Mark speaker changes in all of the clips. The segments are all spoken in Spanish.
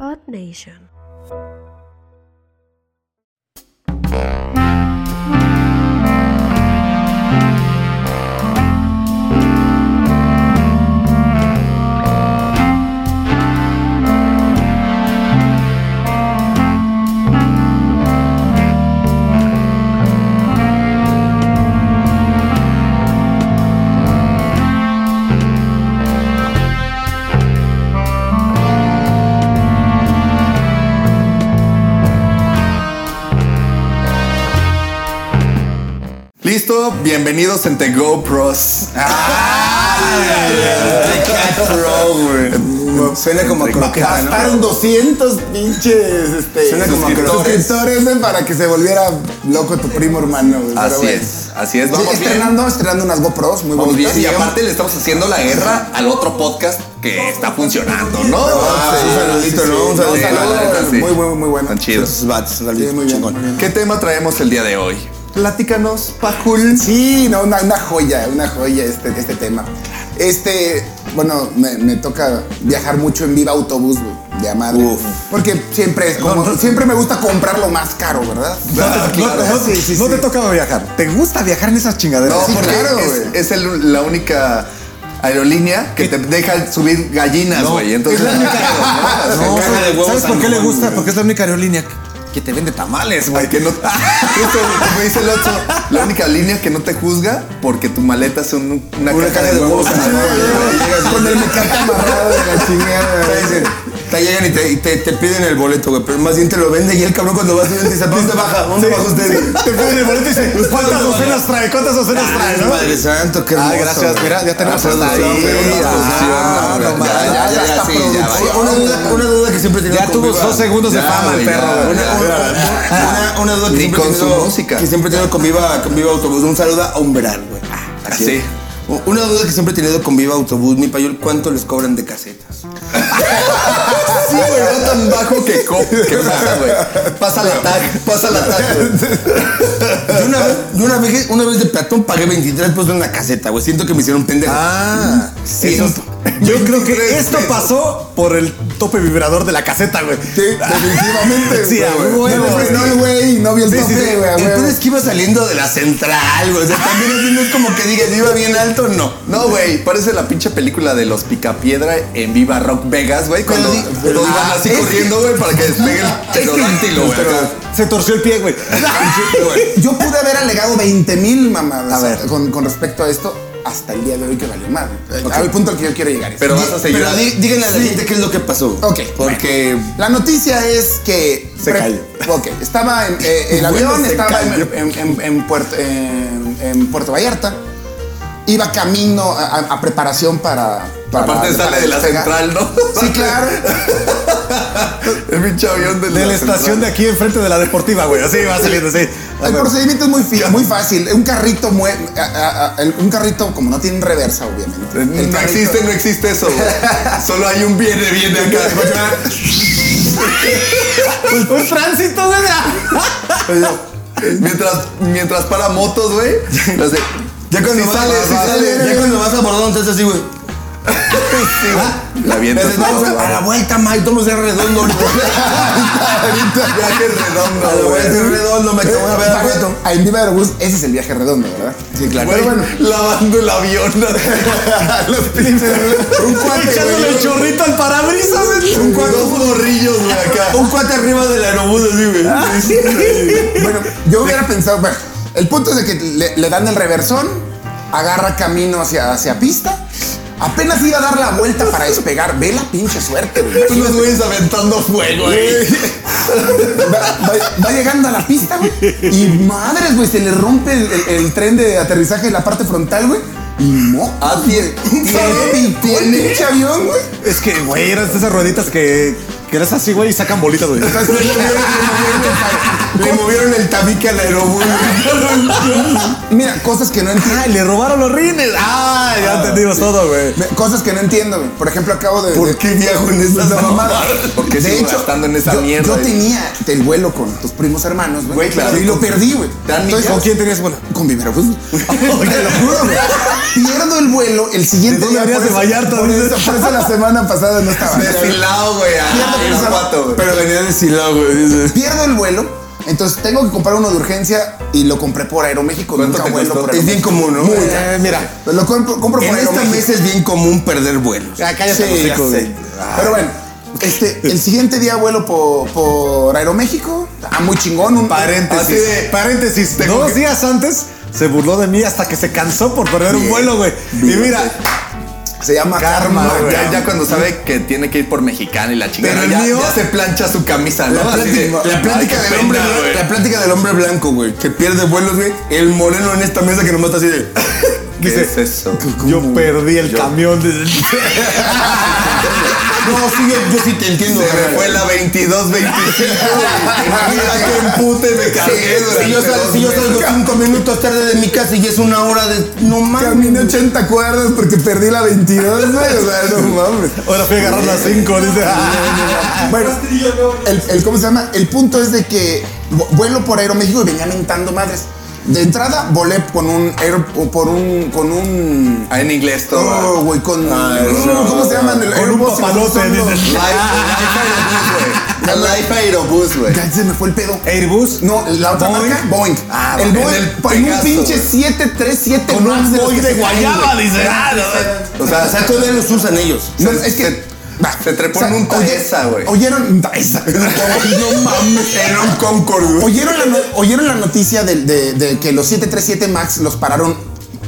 Speaker 1: Earth Nation.
Speaker 2: Listo, bienvenidos en The GoPros.
Speaker 3: Suena como croqueta, ¿no?
Speaker 4: Bastaron 200 pinches este,
Speaker 3: Suena como
Speaker 4: suscriptores.
Speaker 3: croqueta.
Speaker 4: suscriptores, güey, para que se volviera loco tu primo hermano. güey, pero
Speaker 2: Así
Speaker 4: bueno.
Speaker 2: es, así es,
Speaker 4: Sí,
Speaker 2: vamos bien.
Speaker 4: estrenando, estrenando unas GoPros muy
Speaker 2: Vamos
Speaker 4: bonitas.
Speaker 2: bien. Y aparte le estamos haciendo la guerra al otro podcast que está funcionando, ¿no?
Speaker 4: Ah, sí, un saludito,
Speaker 3: sí,
Speaker 4: ¿no? Un
Speaker 3: sí,
Speaker 4: saludo.
Speaker 2: sí, la neta, sí.
Speaker 4: Muy, muy, muy bueno.
Speaker 2: Tan chido.
Speaker 3: Esos bats, la
Speaker 4: Sí, muy bien, muy bien.
Speaker 2: ¿Qué tema traemos el día de hoy? Platícanos, Pajul.
Speaker 4: Sí, no, una, una joya, una joya este, este tema. Este, bueno, me, me toca viajar mucho en viva autobús, güey, de a madre.
Speaker 3: Uf.
Speaker 4: Porque siempre es como, siempre me gusta comprar lo más caro, ¿verdad?
Speaker 3: No, te- no, no,
Speaker 4: Sí, sí,
Speaker 3: no
Speaker 4: sí.
Speaker 3: te toca viajar. ¿Te gusta viajar en esas chingaderas?
Speaker 2: No,
Speaker 4: Sí,
Speaker 2: porque
Speaker 4: claro,
Speaker 2: es,
Speaker 4: güey.
Speaker 2: es el- la única aerolínea que te deja subir gallinas, güey. Entonces,
Speaker 3: es la única-
Speaker 2: ¿no?
Speaker 3: No,
Speaker 2: Caja de huevos
Speaker 3: ¿Sabes por qué
Speaker 2: San
Speaker 3: le
Speaker 2: Juan,
Speaker 3: gusta?
Speaker 2: güey.
Speaker 3: Porque es la única aerolínea que te vende tamales, güey.
Speaker 2: Ay, que no. Justo me dice el otro. La única línea que no te juzga porque tu maleta es un- una, caja, de, huevos.
Speaker 4: San Juan, güey. Con el mecate amarrado de la chingada. güey.
Speaker 3: Te llegan y te, piden el boleto, güey. Pero más bien te lo vende y el cabrón cuando vas te dice, ¿dónde baja? ¿Dónde baja usted? Te piden el boleto y dice, ¿cuántas docenas trae? ¿Cuántas docenas trae? ¿no? Padre santo, qué
Speaker 4: hermoso, güey.
Speaker 3: ya tenemos
Speaker 2: Ah,
Speaker 3: hasta
Speaker 2: producción,
Speaker 3: ahí.
Speaker 2: güey, una
Speaker 3: Ah,
Speaker 2: producción,
Speaker 3: no
Speaker 2: ahora.
Speaker 3: mames.
Speaker 2: Ya, ya, ya,
Speaker 3: Hasta
Speaker 2: sí, ya,
Speaker 3: producción.
Speaker 2: vaya.
Speaker 3: Una duda- Una duda que siempre tenía
Speaker 5: Ya tuvo
Speaker 3: conmigo.
Speaker 5: dos segundos de
Speaker 3: Ya,
Speaker 5: fama el
Speaker 3: güey,
Speaker 5: perro,
Speaker 3: ya,
Speaker 5: güey.
Speaker 3: Una, una- una- una duda que
Speaker 2: Ni
Speaker 3: siempre
Speaker 2: con
Speaker 3: he
Speaker 2: su
Speaker 3: tenido-
Speaker 2: música.
Speaker 3: Que siempre he tenido con Viva, con Viva Autobús. Un saludo a Umbral, güey.
Speaker 2: sí.
Speaker 3: es. U- Una duda que siempre he tenido con Viva Autobús, mi payol, ¿cuánto les cobran de casetas?
Speaker 2: Sí, güey, va tan bajo que, co- que pasa, güey. Pasa la tag, pasa la tag. güey.
Speaker 3: Yo una vez, yo una vez, una vez de platón pagué 23 pesos en una caseta, güey. Siento que me hicieron pendejo.
Speaker 5: Ah,
Speaker 3: Sí,
Speaker 5: eso-
Speaker 3: eso-
Speaker 5: yo creo que
Speaker 3: 23
Speaker 5: esto
Speaker 3: pesos.
Speaker 5: pasó por el tope vibrador de la caseta, güey.
Speaker 4: Sí, definitivamente.
Speaker 5: Sí, a
Speaker 4: güey.
Speaker 5: huevo,
Speaker 4: No le
Speaker 5: güey.
Speaker 4: frenó el güey y no vio el
Speaker 3: Sí, sí, sí.
Speaker 4: tope, güey, a
Speaker 3: El
Speaker 4: huevo.
Speaker 3: pedo es que iba saliendo de la central, güey. O sea, también así no es como que digas, iba bien alto, no.
Speaker 2: No, güey, parece la pinche película de los Picapiedra en Viva Rock Vegas, güey. Cuando
Speaker 3: Pero sí,
Speaker 2: los van
Speaker 3: ah,
Speaker 2: así
Speaker 3: es que-
Speaker 2: corriendo, güey, para que despegue el pterodáctilo, güey. acá.
Speaker 5: Se torció el pie, güey.
Speaker 4: ¡ah! Yo pude haber alegado 20 mil mamadas
Speaker 3: A ver.
Speaker 4: Con, con respecto a esto hasta el día de hoy que valió madre. Eh,
Speaker 3: Ok.
Speaker 4: Al punto al que yo quiero llegar. es-
Speaker 2: Pero vas a seguir.
Speaker 3: Pero di- díganle a la gente qué es lo que pasó.
Speaker 4: Ok.
Speaker 3: Porque
Speaker 4: La noticia es que...
Speaker 3: Se
Speaker 4: pre-
Speaker 3: cayó.
Speaker 4: Ok, estaba en, eh, el
Speaker 3: Bueno,
Speaker 4: avión,
Speaker 3: se
Speaker 4: estaba en,
Speaker 3: cayó.
Speaker 4: en- en- en Puerto, en- en Puerto Vallarta. Iba camino a, a- a preparación para... para
Speaker 2: Aparte sale
Speaker 4: para
Speaker 2: de la
Speaker 4: despegar.
Speaker 2: central, ¿no?
Speaker 4: Sí, claro.
Speaker 2: El pinche avión de,
Speaker 5: De la estación de aquí enfrente de la deportiva, güey. Así va saliendo, así.
Speaker 4: El procedimiento es muy, fi- muy fácil. Un carrito, mue- a- a- a- el- un carrito como no tiene reversa, obviamente. El
Speaker 2: No
Speaker 4: carrito-
Speaker 2: existe, no existe eso, güey. Solo hay un viene, viene acá.
Speaker 5: Un tránsito, güey.
Speaker 2: Mientras, mientras para motos, güey. las de-
Speaker 3: ya cuando
Speaker 2: Sí
Speaker 3: vas,
Speaker 2: sale,
Speaker 3: vas-
Speaker 2: sí
Speaker 3: vas-
Speaker 2: sale,
Speaker 3: ya
Speaker 2: ya
Speaker 3: cuando vas a Bordón, te haces así, güey.
Speaker 2: La
Speaker 3: Te
Speaker 2: avientas.
Speaker 3: haces, vamos a, a la vuelta, Mike, todos de redondo ahorita.
Speaker 2: Viaje
Speaker 3: A la
Speaker 2: redondo, güey.
Speaker 3: vuelta de redondo, me acabo de ver a
Speaker 4: Baja-
Speaker 3: redondo.
Speaker 4: a en Viva Aerobús, ese es el viaje redondo, ¿verdad? Sí, claro. Pero
Speaker 2: Güey,
Speaker 4: bueno,
Speaker 2: Lavando el avión. Los pinches.
Speaker 4: un cuate,
Speaker 5: Echándole
Speaker 4: güey,
Speaker 5: el chorrito al parabrisas. güey.
Speaker 2: Un cuate, dos morrillos, güey, acá.
Speaker 3: Un cuate arriba del aerobús, así, güey.
Speaker 4: Bueno, yo hubiera pensado, bueno, el punto es de que le, le dan el reversón, agarra camino hacia, hacia pista. Apenas iba a dar la vuelta para despegar. Ve la pinche suerte, güey.
Speaker 2: Unos güeyes aventando fuego, güey.
Speaker 4: Va, va- va llegando a la pista, güey. Y madres, güey, se le rompe el, el- el tren de aterrizaje en la parte frontal, güey. Y mo.
Speaker 2: Ah, tiene.
Speaker 4: Se picó el pinche avión, güey.
Speaker 5: Es que, güey, eran esas rueditas que. Que eras así, güey, y sacan bolitas, güey.
Speaker 3: Le movieron el tabique al aerobús.
Speaker 4: Mira, cosas que no entiendo.
Speaker 5: Ay, le robaron los rines. Ah, ya entendimos todo, güey.
Speaker 4: Me- Cosas que no entiendo, güey. Por ejemplo, acabo de.
Speaker 3: ¿Por
Speaker 4: de-
Speaker 3: qué viajo en esas
Speaker 4: de-
Speaker 3: mamadas?
Speaker 2: ¿Por qué sigo gastando en esa
Speaker 4: yo,
Speaker 2: mierda,
Speaker 4: Yo
Speaker 2: güey?
Speaker 4: tenía el vuelo con tus primos hermanos, güey.
Speaker 2: Güey, claro.
Speaker 4: Y lo perdí, güey.
Speaker 2: ¿Te dan
Speaker 4: Entonces,
Speaker 2: millas?
Speaker 5: ¿Con quién tenías bola?
Speaker 4: Con Vivero Te lo juro, güey. Pierdo el vuelo el siguiente
Speaker 5: ¿De dónde
Speaker 4: día.
Speaker 5: venías
Speaker 4: por
Speaker 5: de
Speaker 4: eso-
Speaker 5: Vallarta,
Speaker 4: Por
Speaker 5: dices?
Speaker 4: eso, por eso la semana pasada no estaba.
Speaker 2: Deshilado, güey.
Speaker 4: Pierdo cuánto
Speaker 2: en
Speaker 4: pensaba.
Speaker 2: Guanajuato, güey.
Speaker 3: Pero venía de Silao, güey. dice.
Speaker 4: Pierdo el vuelo, entonces tengo que comprar uno de urgencia y lo compré por Aeroméxico.
Speaker 2: ¿Cuánto
Speaker 4: Nunca
Speaker 2: te
Speaker 4: vuelo
Speaker 2: costó?
Speaker 4: por
Speaker 3: Es bien
Speaker 4: Aeroméxico.
Speaker 3: común, ¿no?
Speaker 4: Muy
Speaker 3: Eh,
Speaker 4: caro.
Speaker 3: mira,
Speaker 4: Lo compro, compro por
Speaker 2: este
Speaker 3: en Ah, esta
Speaker 4: Aeroméxico.
Speaker 3: mesa es bien común perder vuelos.
Speaker 2: Ah,
Speaker 5: Ya, cállate,
Speaker 4: Sí,
Speaker 5: hocico,
Speaker 4: ya
Speaker 5: güey.
Speaker 4: sé. Pero bueno, este, el siguiente día vuelo por, por Aeroméxico. Ah, muy chingón. Un,
Speaker 2: Así de-
Speaker 5: Paréntesis,
Speaker 2: Tengo
Speaker 5: dos
Speaker 2: que-
Speaker 5: días antes se burló de mí hasta que se cansó por perder un
Speaker 2: Bien,
Speaker 5: vuelo, güey. Y
Speaker 2: bien,
Speaker 5: mira,
Speaker 4: Se llama
Speaker 5: Karma,
Speaker 4: Karma.
Speaker 5: güey.
Speaker 2: Ya, ya cuando sabe que tiene que ir por mexicano y la chingada,
Speaker 5: Pero el
Speaker 2: ya,
Speaker 5: mío-
Speaker 2: ya se plancha su camisa, ¿no?
Speaker 3: La
Speaker 2: Así de,
Speaker 3: plática, la plática
Speaker 2: ay, qué
Speaker 3: del hombre,
Speaker 2: pena,
Speaker 3: blan-
Speaker 2: güey.
Speaker 3: la plática del hombre blanco, güey, que pierde vuelos, güey. El moreno en esta mesa que nomás está así de.
Speaker 2: ¿Qué
Speaker 5: dice,
Speaker 2: es eso?
Speaker 5: yo perdí el camión. de-
Speaker 3: No, sí, yo, yo sí te entiendo.
Speaker 2: Se me
Speaker 3: carnal".
Speaker 2: fue la 22 25. Mira qué empute me cargué.
Speaker 3: Si yo, sal- si yo salgo cinco minutos tarde de mi casa y es una hora de. No
Speaker 4: Caminé
Speaker 3: mames.
Speaker 4: 80 cuerdas porque perdí la 22, güey. O sea, no mames.
Speaker 5: Ahora fui a agarrar las cinco, dice.
Speaker 4: Bueno, el, el- ¿cómo se llama? El punto es de que vu- vuelo por Aeroméxico y venía mentando madres. De entrada, volé con un, aer- por un, con un,
Speaker 2: Ah, en inglés todo.
Speaker 4: oh, güey, con,
Speaker 2: Ay,
Speaker 4: no,
Speaker 2: no.
Speaker 4: ¿cómo se llaman? El
Speaker 5: Con un
Speaker 4: Airbus y los
Speaker 5: papalote,
Speaker 4: son los-
Speaker 5: dices.
Speaker 2: Life Life Aerobús, güey. Life Aerobús, güey.
Speaker 4: Ya se me fue el pedo.
Speaker 5: Airbus.
Speaker 4: No, la otra
Speaker 5: Boeing.
Speaker 4: marca, Boeing.
Speaker 2: Ah,
Speaker 4: el
Speaker 2: en
Speaker 4: Boeing,
Speaker 2: el
Speaker 4: con un
Speaker 2: Pegaso,
Speaker 4: pinche
Speaker 2: güey.
Speaker 4: 737
Speaker 5: Con
Speaker 4: Max
Speaker 5: un
Speaker 4: los
Speaker 5: boy
Speaker 4: que
Speaker 5: de
Speaker 4: se caen,
Speaker 5: guayaba,
Speaker 4: güey.
Speaker 5: dice. ah, no,
Speaker 2: O sea, se
Speaker 3: todavía los usan ellos.
Speaker 4: No, es que... va,
Speaker 2: se trepó
Speaker 4: o sea,
Speaker 2: en un
Speaker 4: oye-
Speaker 2: Taesa, güey.
Speaker 4: Oyeron... Taesa.
Speaker 3: No mames. Era un Concord, güey.
Speaker 4: ¿Oyeron la, no- oyeron la noticia de, de- de que los 737 MAX los pararon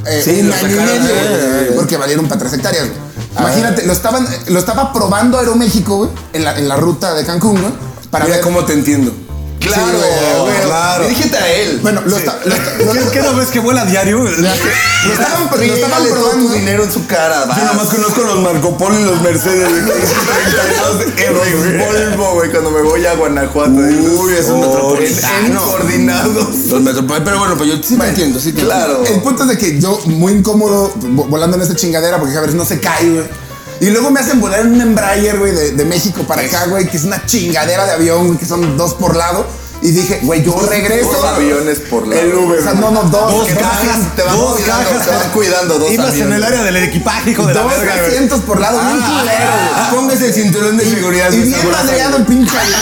Speaker 4: eh,
Speaker 3: Sí,
Speaker 4: un
Speaker 3: los
Speaker 4: año y
Speaker 3: sacaron,
Speaker 4: medio, güey,
Speaker 3: eh, eh.
Speaker 4: porque valieron para tres hectáreas, güey. Imagínate, lo, estaban, lo estaba probando Aeroméxico, güey, en la, en la ruta de Cancún, güey, para
Speaker 3: Mira
Speaker 4: ver...
Speaker 3: cómo te entiendo.
Speaker 2: Claro,
Speaker 4: güey,
Speaker 2: güey.
Speaker 5: claro.
Speaker 2: Dirígete a él.
Speaker 4: Bueno, lo, esta- lo esta- lo-
Speaker 5: ¿Qué- ¿Qué no ves que vuela diario?
Speaker 4: lo estaban, lo estaban
Speaker 2: Pégale todo tu
Speaker 4: probando...
Speaker 2: dinero en su cara,
Speaker 3: Yo
Speaker 2: va.
Speaker 3: nomás conozco los Marco Polo y los Mercedes. güey. 32 euros, güey.
Speaker 2: Volvo, güey, cuando me voy a Guanajuato.
Speaker 3: Uy, es un
Speaker 2: En, en
Speaker 3: metropolitano.
Speaker 2: coordinados.
Speaker 3: Ah, Los metropolitanos. Pero bueno, pues yo sí me entiendo, sí te
Speaker 2: Claro.
Speaker 4: El punto es de que yo, muy incómodo, vo- volando en esta chingadera, porque a ver, no se cae, güey. Y luego me hacen volar en un Embraer, güey, de, de México para acá, güey, que es una chingadera de avión, güey, que son dos por lado. Y dije, güey, yo regreso.
Speaker 2: Pues, Dos aviones por la.
Speaker 4: El Uber. O sea, no, no, dos.
Speaker 5: Dos
Speaker 4: que no
Speaker 5: cajas,
Speaker 4: sean-
Speaker 2: te van
Speaker 5: dos
Speaker 2: cuidando,
Speaker 5: cajas.
Speaker 2: te van cuidando dos
Speaker 5: Ibas en
Speaker 2: aviones.
Speaker 5: el área del equipaje, hijo de la
Speaker 4: Dos
Speaker 5: verga, güey.
Speaker 4: asientos por lado, bien
Speaker 5: Ah,
Speaker 4: culero, güey.
Speaker 3: Ah, Póngase el cinturón de seguridad.
Speaker 4: Y
Speaker 3: güey,
Speaker 4: bien
Speaker 3: seguro.
Speaker 4: madreado el pinche avión.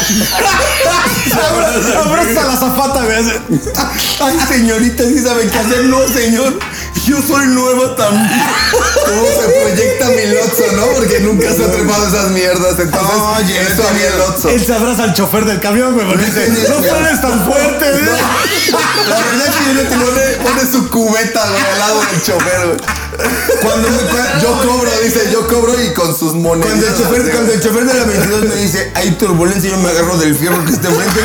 Speaker 5: Abra- Abraza a la zapata, güey. así.
Speaker 3: Ay, señorita, sí sabe qué hacer. No, señor. Yo soy nueva también.
Speaker 2: ¿Cómo se proyecta mi Lotso, no? Porque nunca se ha trepado esas mierdas. Entonces,
Speaker 3: Oye,
Speaker 2: eso había el Lotso.
Speaker 5: Él se abraza al chofer del camión, güey, porque dice, no frenes tan fuerte, ¿eh?". güey.
Speaker 2: La verdad es que yo le pone, pone su cubeta, güey, al lado del chofer, güey.
Speaker 3: Cuando, me- cua-
Speaker 2: Yo cobro, dice, yo cobro y con sus monedas.
Speaker 3: cuando, el chofer,
Speaker 2: así,
Speaker 3: cuando el chofer de la 22 me dice hay turbulencia, yo me agarro del fierro que está enfrente.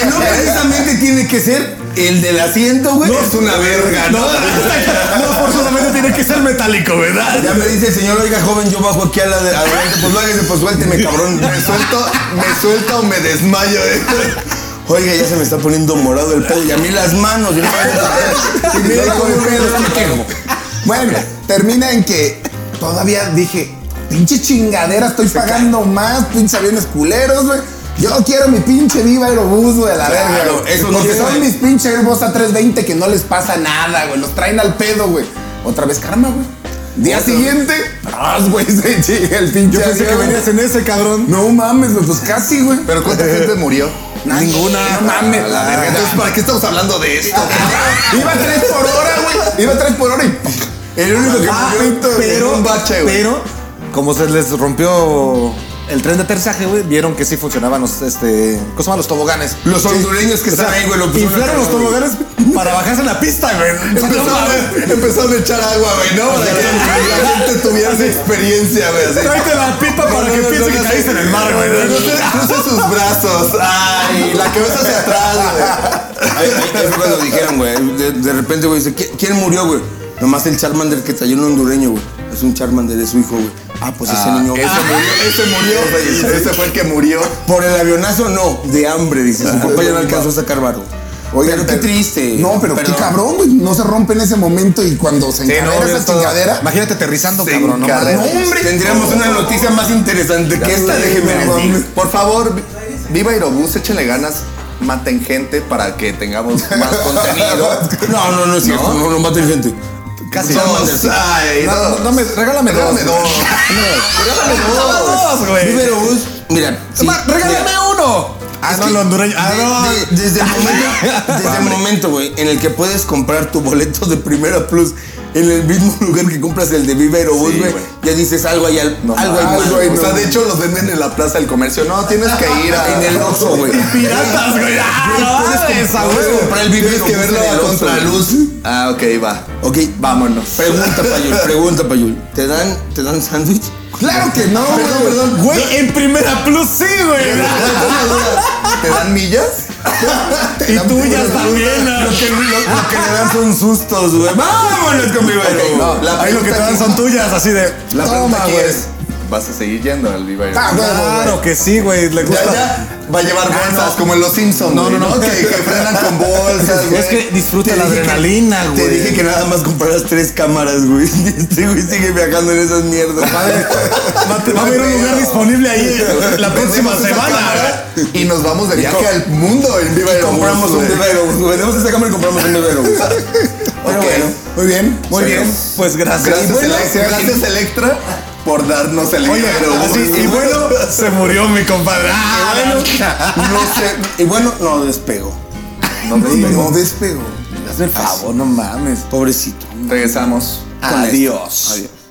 Speaker 3: Que no precisamente tiene que ser el del asiento, güey.
Speaker 5: No,
Speaker 3: es una verga,
Speaker 5: No,
Speaker 3: ¿no?
Speaker 5: no forzosamente tiene que ser metálico, ¿verdad?
Speaker 3: Ya me dice el señor, oiga, joven, yo bajo aquí a la de adelante. Pues váyase, pues suélteme, cabrón.
Speaker 2: Me suelto, me suelta o me desmayo, eh.
Speaker 3: Oiga, ya se me está poniendo morado el pelo y a mí las manos. Yo no
Speaker 4: Y
Speaker 3: me
Speaker 4: mira cómo me los
Speaker 3: quejo.
Speaker 4: Bueno, termina en que todavía dije, pinche chingadera, estoy pagando más, pinche aviones culeros, güey. Yo quiero mi pinche Viva Aerobús, güey, a la
Speaker 3: Claro,
Speaker 4: verga. güey.
Speaker 3: eso no
Speaker 4: Porque
Speaker 3: se
Speaker 4: son
Speaker 3: sabe.
Speaker 4: mis pinche Airbus A320 que no les pasa nada, güey. Los traen al pedo, güey. Otra vez karma, güey. Día siguiente, ¡as, güey! Se chinga el pinche
Speaker 5: Yo pensé que
Speaker 4: avión.
Speaker 5: venías en ese, cabrón.
Speaker 4: No mames, güey, pues casi, güey.
Speaker 2: Pero ¿cuánta gente murió?
Speaker 4: Ninguna. No mames.
Speaker 2: A la verga. Entonces, ¿para qué estamos hablando de esto?
Speaker 3: Ah,
Speaker 4: Iba tres por hora, güey. Iba tres por hora y...
Speaker 3: El único que
Speaker 5: Ah,
Speaker 3: me quejo-
Speaker 5: pero,
Speaker 2: un bache, güey.
Speaker 5: pero, como se les rompió el tren de aterrizaje, güey, vieron que sí funcionaban los, este, ¿cómo se llaman? Los toboganes.
Speaker 3: Los hondureños que
Speaker 5: O sea,
Speaker 3: están ahí, güey, lo pusieron
Speaker 5: inflaron
Speaker 3: acá,
Speaker 5: los
Speaker 3: güey.
Speaker 5: toboganes para bajarse en la pista, güey. No mames.
Speaker 2: Empezaron, empezaron a echar agua, güey, ¿no? Para que la gente tuviera esa experiencia, güey. así.
Speaker 5: Tráete la pipa para que piense que caíste en el mar, güey.
Speaker 2: Cruce, cruce sus brazos. Ay, la cabeza hacia atrás,
Speaker 3: Ahí, ahí- ahí fue cuando dijeron, güey. De, de repente, güey, dice, "¿Qui- ¿quién murió, güey? Nomás el Charmander que trayó un hondureño, güey. Es un Charmander, es su hijo, güey. Ah, pues ese niño.
Speaker 2: güey. Ese murió, ese murió. Ese fue el que murió.
Speaker 3: Por el avionazo, no. De hambre, dice. Su papá ya no alcanzó a sacar varo. Oiga, pero qué triste.
Speaker 4: No, pero qué
Speaker 3: Perdón.
Speaker 4: cabrón, güey. No se rompe en ese momento y cuando se
Speaker 2: no,
Speaker 4: encarrera
Speaker 2: obvio,
Speaker 4: esa
Speaker 2: todo.
Speaker 4: chingadera.
Speaker 5: Imagínate aterrizando,
Speaker 2: Se
Speaker 5: cabrón. No,
Speaker 2: encarrera.
Speaker 5: mames.
Speaker 3: Hombre, tendríamos una noticia más interesante que esta,
Speaker 2: Sí,
Speaker 3: déjeme
Speaker 2: no mames.
Speaker 3: decir.
Speaker 2: Por favor, vi- viva Aerobús, échenle ganas, maten gente para que tengamos más contenido.
Speaker 3: No, no, no es cierto. No, no, maten gente.
Speaker 5: Casi.
Speaker 3: Charmander, sí.
Speaker 2: Ay,
Speaker 5: No,
Speaker 2: no.
Speaker 5: no me, regálame
Speaker 2: Regálame
Speaker 5: dos.
Speaker 2: dos.
Speaker 5: Regálame dos, güey.
Speaker 3: Viverobús, mira,
Speaker 4: Oigan, sí,
Speaker 5: Ma, ¡Regálame
Speaker 4: mira,
Speaker 5: uno! Ah,
Speaker 3: Es
Speaker 5: no,
Speaker 3: que
Speaker 5: lo hondureño. Ah,
Speaker 3: de-
Speaker 5: no.
Speaker 3: de- desde el momento, desde el momento, güey, en el que puedes comprar tu boleto de Primera Plus en el mismo lugar que compras el de Viva Aerobús,
Speaker 2: Sí,
Speaker 3: güey,
Speaker 2: güey.
Speaker 3: ya dices algo hay al, algo hay
Speaker 4: algo
Speaker 3: mal,
Speaker 4: hay
Speaker 3: o
Speaker 2: O
Speaker 3: sea,
Speaker 2: sea,
Speaker 4: no.
Speaker 2: de hecho los venden en la plaza del comercio. No, tienes que ir a,
Speaker 3: en el Oxxo, güey.
Speaker 5: Piratas, güey. Ah, no mames, a
Speaker 3: Puedes
Speaker 5: huevo.
Speaker 3: comprar el Viva
Speaker 2: Tienes que
Speaker 3: Aerobús
Speaker 2: verlo
Speaker 3: en el
Speaker 2: a
Speaker 3: Oxxo, güey.
Speaker 2: contraluz. Ah, ok, va.
Speaker 3: Ok,
Speaker 2: Vámonos.
Speaker 3: pregunta Payul, pregunta Payul. ¿Te dan te dan sándwich?
Speaker 4: Claro que no, güey.
Speaker 3: Perdón, perdón.
Speaker 5: Güey, en primera plus sí, güey.
Speaker 2: ¿Te dan millas?
Speaker 5: Y tuyas también. ah.
Speaker 3: Lo que, lo- lo que le dan son sustos, güey. Vámonos con Viva Aerobús.
Speaker 2: No, la
Speaker 5: Ahí lo que te
Speaker 2: pregunta
Speaker 5: dan
Speaker 2: aquí-
Speaker 5: son tuyas, así de.
Speaker 2: La
Speaker 5: toma,
Speaker 2: pregunta aquí
Speaker 5: güey.
Speaker 2: es, ¿vas a seguir yendo al Viva Aerobús?
Speaker 4: Ah,
Speaker 5: Claro que sí, güey. Le
Speaker 2: Ya,
Speaker 5: gusta.
Speaker 2: ya. Ah, Va a llevar bolsas, como en los Simpsons.
Speaker 5: No,
Speaker 2: güey,
Speaker 5: no, no.
Speaker 2: Que, que frenan con bolsas, güey.
Speaker 5: Es que disfruta
Speaker 3: Te
Speaker 5: la
Speaker 3: dije que-
Speaker 5: adrenalina, güey.
Speaker 3: Te dije que nada más compraras tres cámaras, güey. Este güey sigue viajando en esas mierdas.
Speaker 5: Va a haber un lugar disponible ahí la próxima
Speaker 2: Vendemos esa
Speaker 5: semana.
Speaker 2: cámara Y nos vamos de viaje
Speaker 3: co-
Speaker 2: al mundo en Viva Aerobús.
Speaker 3: compramos un
Speaker 2: güey.
Speaker 5: Este.
Speaker 3: bebero, güey. Vendemos esta cámara y compramos un bebero, güey. Pero
Speaker 2: Ok.
Speaker 3: bueno.
Speaker 4: Muy bien.
Speaker 5: Muy bien, pues gracias.
Speaker 2: Gracias,
Speaker 5: Y bueno,
Speaker 2: Electra, gracias, Electra, por darnos el
Speaker 5: Oye,
Speaker 2: Viva Aerobús.
Speaker 5: así, y bueno, se murió mi compadre. Ah,
Speaker 3: Bueno, no sé. Y bueno, no despegó.
Speaker 2: No, no, no.
Speaker 4: No despego.
Speaker 5: Hazme el favor, no mames.
Speaker 3: Pobrecito.
Speaker 2: Regresamos.
Speaker 5: Adiós.
Speaker 3: Ah, Adiós.